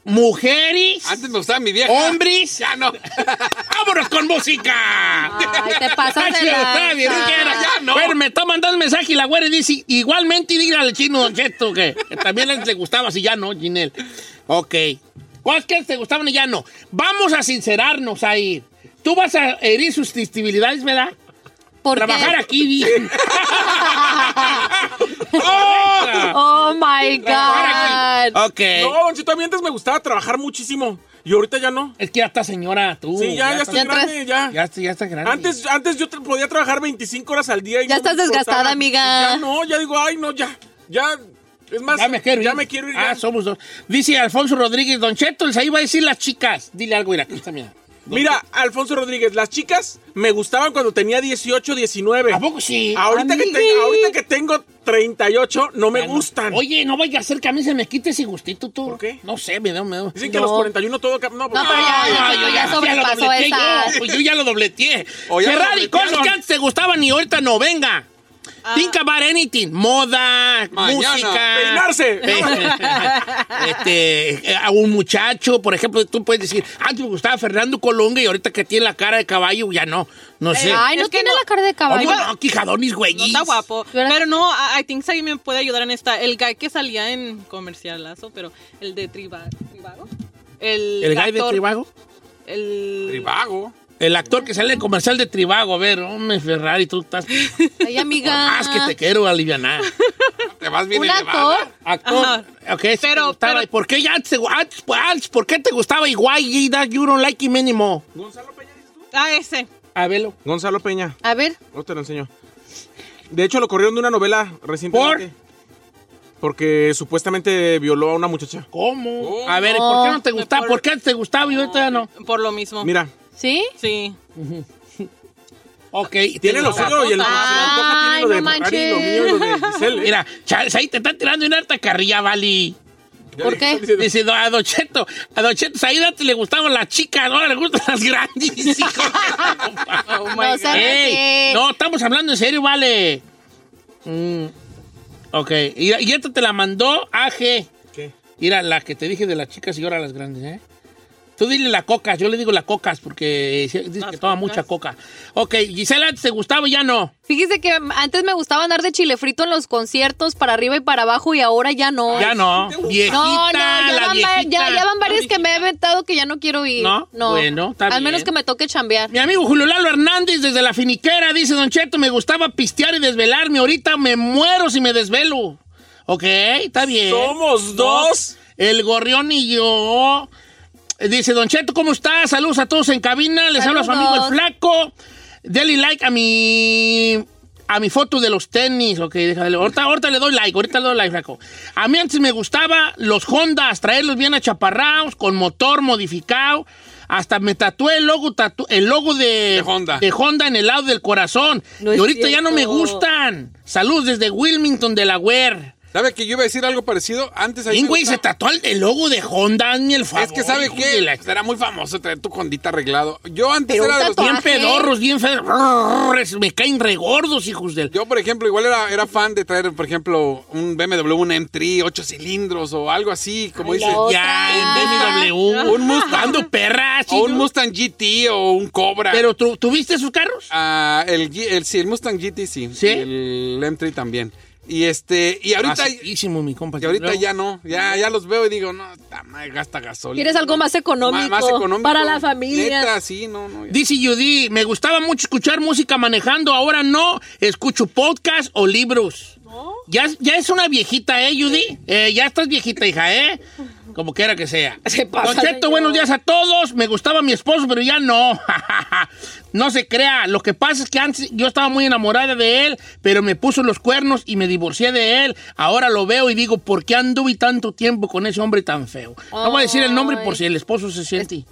S3: Mujeres,
S2: Ah,
S1: Antes me gustaba mi vieja.
S3: hombres.
S1: Ya no.
S3: ¡Vámonos con música!
S2: Ay, te pasas de
S3: Ay, pero está bien,
S2: lanza.
S3: ¿qué era?
S1: Ya no.
S3: Bueno, me está mandando un mensaje y la güera dice, igualmente dígale al chino Don Cheto que, que también a él le gustaba, si ya no, Ginel. Ok. ¿Cuáles que te gustaban y ya no? Vamos a sincerarnos ahí. Tú vas a herir sus sensibilidades, ¿verdad?
S2: ¿Por qué?
S3: Trabajar aquí bien.
S2: Oh my God.
S3: Ah, ok.
S4: No, Don Cheto, a mí antes me gustaba trabajar muchísimo. Y ahorita ya no.
S3: Es que ya está señora, tú.
S4: Sí, ya, ya,
S3: estás-
S4: estoy
S2: Uh, Ya entras-
S4: grande, ya.
S3: ya está- ya está grande.
S4: Antes, antes yo tra- podía trabajar 25 horas al día. Y
S2: Ya
S4: no me
S2: estás desgastada,
S4: importaba.
S2: amiga.
S4: Ya no, ya digo, ay, no, ya. Ya, es más,
S3: Ya me quiero ir.
S4: ya me quiero ir.
S3: Ah,
S4: ya.
S3: somos dos. Dice Alfonso Rodríguez, Don Cheto, ahí va a decir las chicas. Dile algo, mira, aquí está, mira. Don
S4: Mira, Alfonso Rodríguez, las chicas me gustaban cuando tenía 18, 19.
S3: Cheto. ¿A poco sí?
S4: Ahorita que, te- ahorita que tengo 38, no me
S3: Ah, no.
S4: gustan.
S3: Oye, no vaya a hacer que a mí se me quite ese gustito tú.
S4: ¿Por qué?
S3: No sé, me da, me da.
S4: Dicen que a los 41 todo... ca- No, pues,
S2: No, pero ya,
S3: Ay,
S2: ya,
S3: ay, ay,
S2: ya
S3: ay,
S2: sobrepasó
S3: lo dobleteé
S2: esas.
S3: yo, pues yo ya lo dobleteé.
S1: O ya lo
S3: Ferrari, cosas
S1: dobletearon.
S3: que antes te gustaban y ahorita no, venga.
S2: Ah.
S3: Think about anything. Moda,
S1: Mañana.
S3: música.
S1: Peinarse.
S3: Este, este, a un muchacho, por ejemplo, tú puedes decir, antes me gustaba Fernando Colunga y ahorita que tiene la cara de caballo, ya no. No sé.
S2: Ay, no tiene la cara de caballo.
S3: ¿Cómo no? Quijadonis, güey.
S5: No está guapo. Pero no, I, I think Saí me puede ayudar en esta. El guy que salía en comercialazo, pero el de Triba- Tribago. El,
S3: ¿El guy de
S5: actor-
S3: Tribago?
S5: El.
S1: Tribago.
S3: El actor que sale en comercial de Tribago. A ver, hombre, Ferrari, tú estás...
S2: Ay, amiga.
S3: Más que te quiero alivianar.
S1: Te vas bien
S2: Un
S1: elevada.
S2: actor.
S3: Actor. Ok, sí te gustaba. ¿Y ¿Por qué ya antes, antes- pues, antes- ¿Por qué te gustaba y why that you don't like him anymore?
S5: Ah, ese.
S3: A verlo.
S4: Gonzalo Peña.
S2: A ver.
S4: No te lo enseño. De hecho, lo corrieron de una novela recientemente. Porque supuestamente violó a una muchacha.
S3: ¿Cómo? A ver, ¿por qué no te gustaba? ¿Por qué antes te gustaba y ahorita no?
S5: Por lo mismo.
S4: Mira,
S2: ¿Sí?
S5: Sí.
S3: Ok.
S4: tiene lo
S3: los
S4: suyo y el
S2: Ay,
S4: Gonzalo
S2: no
S4: Peña tiene lo de Ferrari,
S2: manches.
S4: lo mío y lo de Giselle. ¿eh?
S3: Mira, Charles, ahí te están tirando una harta carrilla, Vali.
S2: ¿Por qué?
S3: Dice, "No, a Don Cheto, a Don Cheto, ahí antes le gustaban las chicas, ahora le gustan las grandes, hijo.
S5: Oh my
S2: No
S5: God.
S2: seas
S3: Ey,
S2: así.
S3: no, estamos hablando en serio, vale. Mm, ok, y, y esta te la mandó AG.
S4: ¿Qué?
S3: Mira, la que te dije de las chicas y ahora las grandes, ¿eh? Tú dile la coca, yo le digo la cocas porque dice dice que toma mucha coca. Ok, Gisela, antes ¿te gustaba y ya no?
S2: Fíjese que antes me gustaba andar de chile frito en los conciertos para arriba y para abajo y ahora ya no.
S3: ya no. Viejita,
S2: No, no, ya
S3: la
S2: van, va-
S3: viejita.
S2: ya, ya van varias que me he aventado que ya no quiero ir.
S3: ¿No? Bueno, está
S2: Al
S3: bien.
S2: menos que me toque chambear.
S3: Mi amigo Julio Lalo Hernández desde la finiquera dice, Don Cheto, me gustaba pistear y desvelarme. Ahorita me muero si me desvelo. Ok, está bien.
S4: Somos dos.
S3: El gorrión y yo. Dice, Don Cheto, ¿cómo estás? Saludos a todos en cabina. Les habla su amigo
S2: Saludos.
S3: el flaco. Dele like a mi. A mi foto de los tenis, ok, déjale. Ahorita, ahorita le doy like, ahorita le doy like, flaco. A mí antes me gustaba los Hondas, traerlos bien achaparrados, con motor modificado. Hasta me tatué el logo, tatu- el logo de,
S1: De Honda.
S3: en el lado del corazón.
S2: No
S3: y
S2: es
S3: ahorita ya no me
S2: cierto.
S3: gustan. Saludos desde Wilmington, Delaware.
S1: ¿Sabe que yo iba a decir algo parecido? Antes a mí
S3: ¿Quién,
S1: me
S3: güey, se
S1: gustaba-
S3: tatuó el, el logo de Honda en el favor?
S1: Es que ¿sabe
S3: hijo de
S1: qué?
S3: la-
S1: Será muy famoso traer tu condita arreglado. Yo antes
S2: Pero
S1: era
S2: un
S1: de los...
S2: tatuaje.
S3: Bien pedorros, bien feos. Me caen regordos, hijos del...
S1: Yo, por ejemplo, igual era, era fan de traer, por ejemplo, un BMW, un M3, ocho cilindros o algo así, como dice.
S2: la
S3: Ya, en BMW. Un Mustang. Ando perras,
S1: O un
S3: hijo.
S1: Mustang GT o un Cobra.
S3: ¿Pero tú, tuviste esos carros?
S1: Ah, el, G- el, sí, el Mustang GT sí.
S3: ¿Sí?
S1: Y el M3 también. Y este, y ahorita, y
S3: Basiquísimo, Ah, mi compa.
S1: ahorita
S3: Luego-
S1: ya no, ya, ya los veo y digo, no, ta madre, gasta gasolina.
S2: Quieres algo más económico,
S1: Más, económico.
S2: para la familia.
S1: Neta, sí, no, no. ya.
S3: Dice Judy, me gustaba mucho escuchar música manejando, ahora no, escucho podcast o libros. Ya, ya es una viejita, ¿eh, Judy? Eh, ya estás viejita, hija, ¿eh? Como quiera que sea.
S2: Se pasa,
S3: Don Cheto,
S2: señor.
S3: buenos días a todos. Me gustaba mi esposo, pero ya no. no se crea. Lo que pasa es que antes yo estaba muy enamorada de él, pero me puso los cuernos y me divorcié de él. Ahora lo veo y digo, ¿por qué anduve tanto tiempo con ese hombre tan feo? No voy a decir el nombre por si el esposo se siente.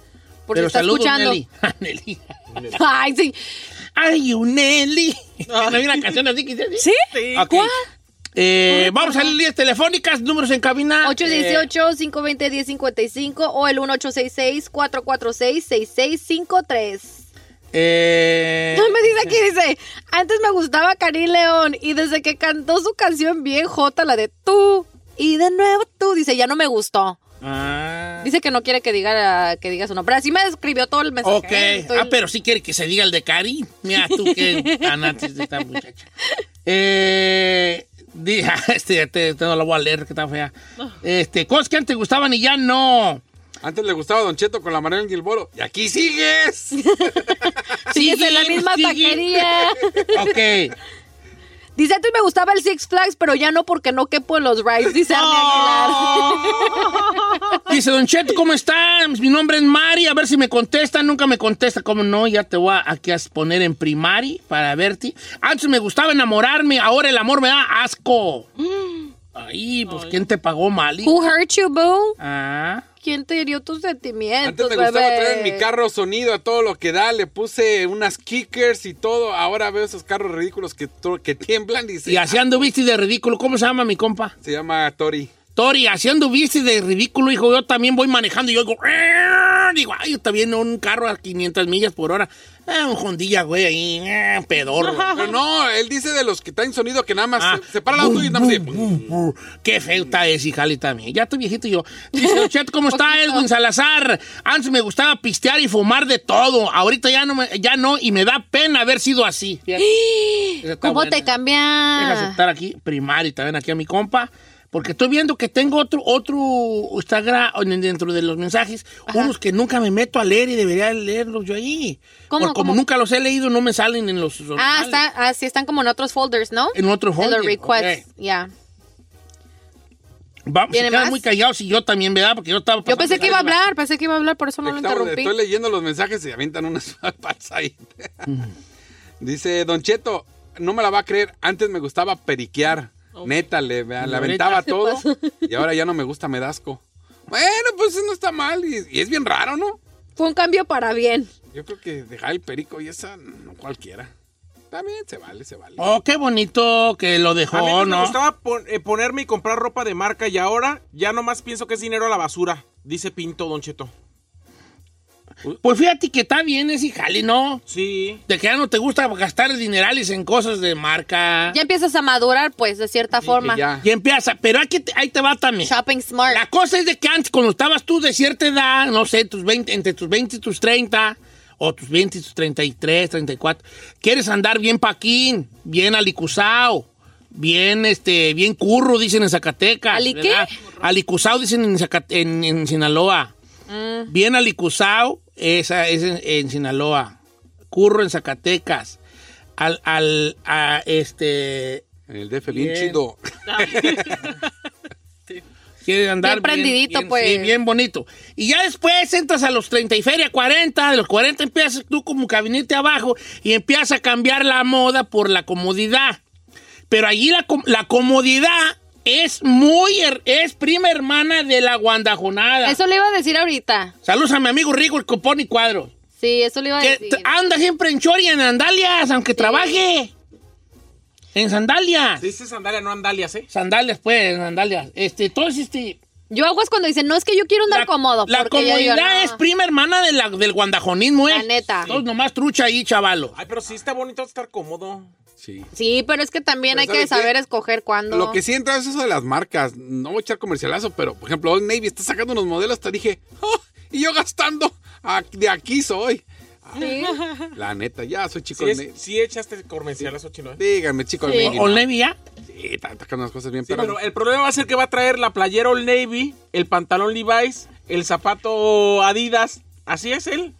S2: por si está escuchando.
S3: Nelly. Nelly.
S2: Ay, sí.
S3: Ay, un Nelly. ¿No había una canción así que dice así?
S2: ¿Sí?
S3: Ok.
S2: ¿Cuál?
S3: Eh, vamos a las líneas telefónicas, números en cabina. Eh,
S2: 818-520-1055 o el 1866-446-6653.
S3: Eh, eh,
S2: No me dice aquí, dice, antes me gustaba Karim León y desde que cantó su canción bien J, la de tú y de nuevo tú, dice, ya no me gustó.
S3: ah,
S2: Dice que no quiere que diga, que diga su nombre. Así me escribió todo el mensaje.
S3: ok.
S2: ¿eh? Estoy-
S3: Ah, pero sí quiere que se diga el de Cari. Mira tú qué tan antes de esta muchacha. Eh, di- este, este, este no lo voy a leer, que está fea. Este, cosas que antes gustaban y ya no.
S1: Antes le gustaba Don Cheto con la Mariel Gilboro. Y aquí sigues.
S2: Sigues en la misma
S3: sigue.
S2: taquería.
S3: Ok.
S2: Dice, antes me gustaba el Six Flags, pero ya no porque no quepo en los rides, dice Arne Aguilar.
S3: Dice, Don Cheto, ¿cómo están? Mi nombre es Mari, a ver si me contesta. Nunca me contesta. ¿Cómo no? Ya te voy a, aquí a poner en primari para verte. Antes me gustaba enamorarme, ahora el amor me da asco.
S2: Mm.
S3: Ay, pues ¿quién te pagó mal? hija?
S2: Who hurt you, boo?
S3: Ah,
S2: ¿Quién te hirió tus
S1: Antes
S2: sentimientos,
S1: me gustaba
S2: bebé?
S1: traer en mi carro sonido a todo lo que da. Le puse unas kickers y todo. Ahora veo esos carros ridículos que, to- que tiemblan. Y se,
S3: y así anduviste de ridículo. ¿Cómo se llama mi compa?
S1: se llama Tori.
S3: Tori, así anduviste de ridículo, hijo. Yo también voy manejando y yo digo... "Eh". carro, digo, ay, está viendo un carro a 500 millas por hora. Ah, un jondilla, güey, ahí, ah, pedorro. Ah,
S1: Pero no, él dice de los que traen sonido que nada más se, se para el auto y nada más dice,
S3: Qué feo está ese jale también. Ya estoy viejito yo. Dice, "Don Cheto, ¿cómo está Edwin Salazar? Antes me gustaba pistear y fumar de todo. Ahorita ya no, me- ya no y me da pena haber sido así. Fíjate. Esa está
S2: ¿Cómo
S3: buena.
S2: te cambia?
S3: Deja estar aquí, primario, y también aquí a mi compa. Porque estoy viendo que tengo otro, otro Instagram en- dentro de los mensajes, unos que nunca me meto a leer y debería leerlos yo ahí.
S2: ¿Cómo,
S3: Porque como
S2: cómo?
S3: nunca los he leído, no me salen en los...
S2: Ah,
S3: normales.
S2: está, ah, sí, están como en otros folders, ¿no?
S3: En otro folder,
S2: los requests,
S3: ok.
S2: ya.
S3: Vamos, se
S2: ¿Tiene
S3: quedan
S2: más?
S3: muy callados y yo también, ¿verdad? Porque yo estaba...
S2: Yo pensé
S3: pasando
S2: que iba a
S3: la-
S2: hablar, pensé que iba a hablar, por eso no lo
S1: Estamos-
S2: interrumpí.
S1: estoy leyendo los mensajes y avientan unas papas ahí. Dice, Don Cheto, no me la va a creer, antes me gustaba periquear.
S2: Oh.
S1: Neta, le, le aventaba
S2: Se
S1: todo
S2: pasó.
S1: y ahora ya no me gusta, me da asco. Bueno, pues no está mal y, y es bien raro, ¿no?
S2: Fue un cambio para bien.
S1: Yo creo que dejar el perico y esa, no cualquiera. También se vale, se vale.
S3: Oh, qué bonito que lo
S4: A mí
S3: dejó,
S4: antes me
S3: ¿no?
S4: gustaba pon- eh, ponerme y comprar ropa de marca y ahora ya nomás pienso que es dinero a la basura, dice Pinto Don Cheto.
S3: Pues fíjate que está bien ese jale, ¿no?
S4: Sí.
S3: De que ya no te gusta gastar dinerales en cosas de marca.
S2: Ya empiezas a madurar, pues, de cierta forma.
S1: Ya.
S3: Y empieza, pero aquí te- ahí te va también.
S2: Shopping smart.
S3: La cosa es de que antes, cuando estabas tú de cierta edad, no sé, tus 20, entre tus 20 y tus 30, o tus 20 y tus 33, 34, quieres andar bien paquín, bien alicuzao, bien, este, bien curro, dicen en Zacatecas.
S2: ¿Ali qué?
S3: ¿verdad? Alicuzao, dicen en, Zaca- en- en Sinaloa.
S2: Mm.
S3: Bien alicuzao, esa es en, en Sinaloa. Curro en Zacatecas. Al, al, a este...
S1: En el DF bien,
S3: Bien.
S1: chido.
S3: Quieren andar
S2: Bien prendidito,
S3: bien,
S2: pues.
S3: sí, bien bonito. Y ya después entras a los 30 y feria, 40, de los 40 empiezas tú como gabinete abajo y empiezas a cambiar la moda por la comodidad. Pero allí la, com- la comodidad es muy, her- es prima hermana de la guandajonada.
S2: Eso le iba a decir ahorita.
S3: Saludos a mi amigo Rigo, el copón y cuadro.
S2: Sí, eso le iba a
S3: Que
S2: decir.
S3: t- ah. anda siempre en chori y en sandalias, aunque trabaje. En sandalias.
S4: Dice sandalia, no andalias, ¿eh?
S3: Sandalias, pues, en sandalias. Este, todo este...
S2: Yo hago es cuando dicen, no, es que yo quiero andar cómodo.
S3: La
S2: porque yo
S3: comodidad
S2: digo, "No".
S3: es prima hermana de la- del guandajonismo, ¿eh?
S2: La neta.
S3: Todos nomás trucha ahí, chavalo.
S4: Ay, pero sí está bonito estar cómodo.
S1: Sí.
S2: Sí, pero es que también
S1: Pero
S2: hay que
S1: ¿sabe qué?
S2: saber escoger cuándo.
S1: Lo que sí entra es eso de las marcas. No voy a echar comercialazo, pero por ejemplo, Old Navy está sacando unos modelos. Te dije, "Oh, y yo gastando. a- de aquí soy.
S2: Sí.
S1: La neta, ya soy
S4: Sí,
S1: chico Old
S4: es-
S1: Navy.
S4: sí echaste comerciales o chino, ¿eh?
S1: Díganme, chico Old
S2: Sí.
S1: Navy.
S3: O
S1: no.
S3: Levi, ¿ya?
S1: Sí, están sacando unas cosas bien,
S4: Sí,
S1: pero.
S4: pero el problema va a ser que va a traer la playera Old Navy, el pantalón Levi's, el zapato Adidas. Así es él.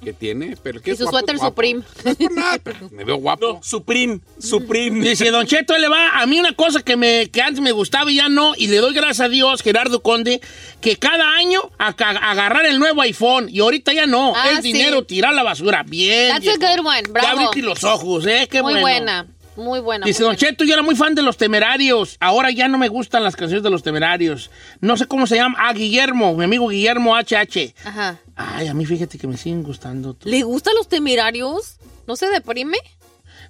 S1: ¿Qué tiene? Pero ¿qué
S2: Y
S1: es
S2: su
S1: guapo,
S2: suéter
S1: guapo?
S2: Supreme.
S1: No es por nada, pero me veo guapo.
S4: No, Supreme, Supreme.
S3: Dice, Don Cheto, le va. A mí una cosa que, me, que antes me gustaba y ya no, y le doy gracias a Dios, Gerardo Conde, que cada año a, a- agarrar el nuevo iPhone, y ahorita ya no.
S2: Ah,
S3: es
S2: sí.
S3: dinero, tirar la basura. Bien.
S2: That's a
S3: viejo.
S2: good one.
S3: Ya
S2: Bravo.
S3: abriste los ojos, ¿eh? Qué
S2: Muy
S3: bueno.
S2: buena. Muy buena.
S3: Dice
S2: muy
S3: Don
S2: buena.
S3: Cheto, yo era muy fan de Los Temerarios. Ahora ya no me gustan las canciones de Los Temerarios. No sé cómo se llama. Ah, Guillermo, mi amigo Guillermo HH.
S2: Ajá.
S3: Ay, a mí fíjate que me siguen gustando. tú.
S2: ¿Le gustan los temerarios? ¿No se deprime?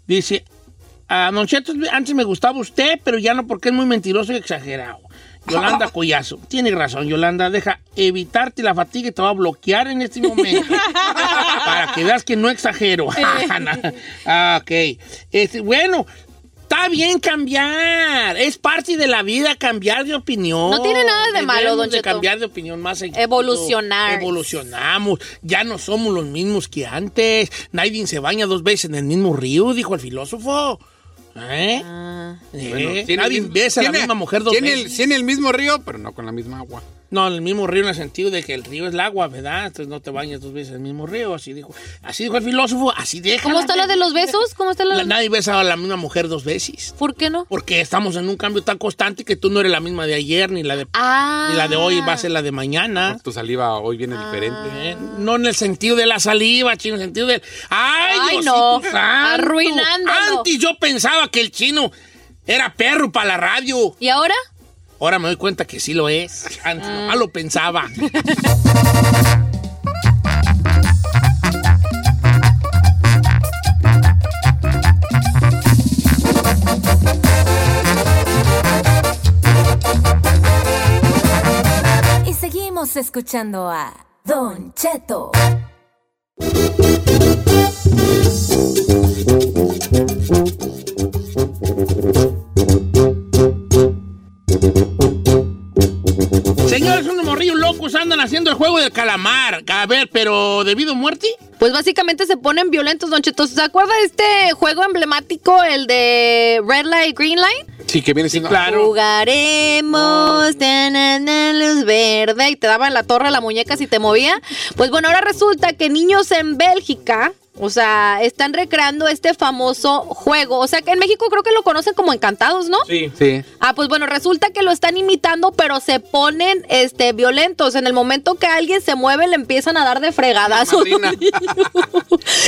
S3: Dice, a Don Cheto, antes me gustaba usted, pero ya no porque es muy mentiroso y exagerado. Yolanda Collazo, tiene razón, Yolanda, deja evitarte la fatiga y te va a bloquear en este momento. para que veas que no exagero. ah, ok. Este, bueno, está bien cambiar. Es parte de la vida cambiar de opinión.
S2: No tiene nada de malo,
S3: Debemos
S2: don
S3: de
S2: Cheto.
S3: cambiar de opinión más seguido.
S2: Evolucionar.
S3: Evolucionamos. Ya no somos los mismos que antes. Nadie se baña dos veces en el mismo río, dijo el filósofo. ¿Eh?
S2: Ah.
S3: Eh,
S1: Bueno, tiene el
S3: nadie
S1: mismo-
S3: besa a la
S1: tiene-
S3: misma mujer dos
S1: tiene el-
S3: veces.
S1: tiene el mismo río, pero no con la misma agua.
S3: No, en el mismo río en el sentido de que el río es el agua, ¿verdad? Entonces no te bañas dos veces en el mismo río, así dijo. Así dijo el filósofo, así deja.
S2: ¿Cómo está la de los besos? ¿Cómo está la de
S3: La-
S2: los besos?
S3: Nadie besa a la misma mujer dos veces.
S2: ¿Por qué no?
S3: Porque estamos en un cambio tan constante que tú no eres la misma de ayer, ni la de,
S2: Ah.
S3: ni la de hoy va a ser la de mañana.
S1: Tu saliva hoy viene diferente.
S3: Eh, No en el sentido de la saliva, chino, en el sentido del. ¡Ay,
S2: Ay,
S3: Diosito
S2: no.
S3: santo!
S2: Arruinándolo.
S3: Antes yo pensaba que el chino era perro para la radio.
S2: ¿Y ahora?
S3: Ahora me doy cuenta que sí lo es.
S2: Ah.
S3: Antes nomás lo pensaba.
S6: Y seguimos escuchando a Don Cheto.
S3: Señores, unos morrillos locos andan haciendo el juego del calamar. A ver, pero debido a muerte.
S2: Pues básicamente se ponen violentos, Don Cheto. ¿Se acuerda de este juego emblemático, el de Red Light, Green Light?
S1: Sí, que viene siendo.
S2: Jugaremos, na, na, na, luz verde, y te daba en la torre la muñeca si te movía. Pues bueno, ahora resulta que niños en Bélgica, o sea, están recreando este famoso juego. O sea, que en México creo que lo conocen como Encantados, ¿no?
S4: Sí.
S1: Sí.
S2: Ah, pues bueno, resulta que lo están imitando, pero se ponen este violentos. En el momento que alguien se mueve, le empiezan a dar de fregadas.
S1: Marina.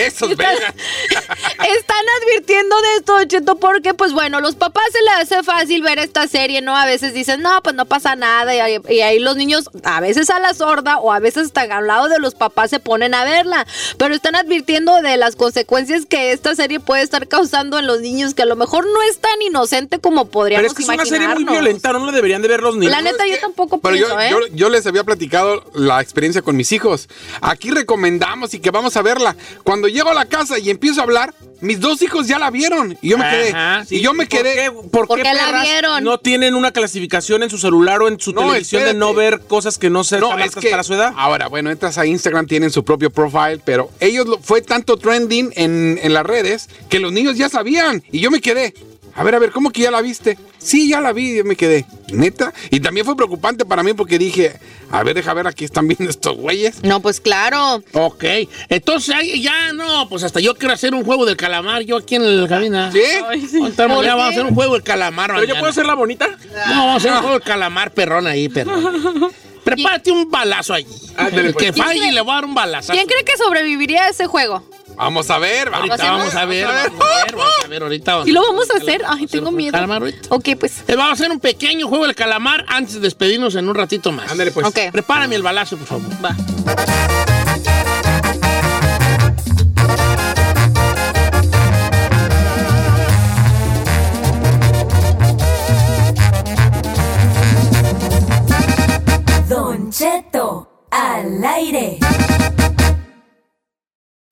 S1: Esos vergas.
S2: Están advirtiendo de esto, Don Cheto, porque, pues bueno, los papás se les hace fácil ver esta serie, ¿no? A veces dicen, no, pues no pasa nada. Y, ahí- y ahí los niños, a veces a la sorda o a veces hasta al lado de los papás, se ponen a verla. Pero están advirtiendo de las consecuencias que esta serie puede estar causando en los niños, que a lo mejor no es tan inocente como
S4: Pero
S2: podríamos
S4: es que es una serie muy
S2: imaginarnos.
S4: violenta, no la deberían de ver los niños.
S2: La neta, yo tampoco
S1: Pero yo,
S2: pienso, ¿eh?
S1: yo, yo les había platicado la experiencia con mis hijos. Aquí recomendamos y que vamos a verla. Cuando llego a la casa y empiezo a hablar, mis dos hijos ya la vieron. Y yo me quedé.
S3: Ajá,
S1: y yo me
S4: ¿Por
S1: quedé.
S4: qué, por
S2: Porque
S4: qué
S2: la
S4: perras
S2: vieron.
S4: no tienen una clasificación en su celular o en su
S1: No,
S4: televisión de no
S1: espérate.
S4: ver cosas que no sean
S1: No, es
S4: aptas
S1: que Ah,
S4: para su edad?
S1: ahora, bueno, entras a Instagram, tienen su propio profile, pero ellos lo- fue tanto trending en, en las redes que los niños ya sabían y yo me quedé. A ver, a ver, ¿cómo que ya la viste? Sí, ya la vi, y yo me quedé. ¿Neta? Y también fue preocupante para mí porque dije, a ver, deja ver, aquí están viendo estos güeyes.
S2: No, pues claro.
S3: Ok. Entonces ahí ya no, pues hasta yo quiero hacer un juego del calamar, yo aquí en la cabina.
S1: ¿Sí?
S5: Ay, sí.
S3: Ahorita mañana
S2: ¿Por qué?
S3: vamos a hacer un juego del calamar.
S4: ¿Pero yo
S3: mañana.
S4: puedo ser la bonita?
S3: No, vamos a hacer un juego del calamar, perrón ahí, perrón. Prepárate un balazo allí.
S1: Ándale,
S3: El que
S1: pues.
S3: falle le voy a dar un balazo.
S2: ¿Quién cree que sobreviviría a ese juego?
S1: Vamos a ver, vamos.
S3: Ahorita
S2: ¿Lo hacemos?
S3: vamos a ver, vamos a ver, vamos a ver ahorita. vamos
S2: ¿Y
S3: a
S2: lo
S3: ver.
S2: vamos a hacer?
S3: Vamos a
S2: Ay,
S3: hacer
S2: tengo
S3: un
S2: miedo.
S3: calamar ahorita.
S2: Ok, pues.
S3: Eh, Vamos a hacer un pequeño juego del calamar antes de despedirnos en un ratito más.
S4: Ándale, pues.
S2: Ok.
S3: Prepárame el balazo, por favor.
S5: Va.
S6: Don Cheto. Al aire.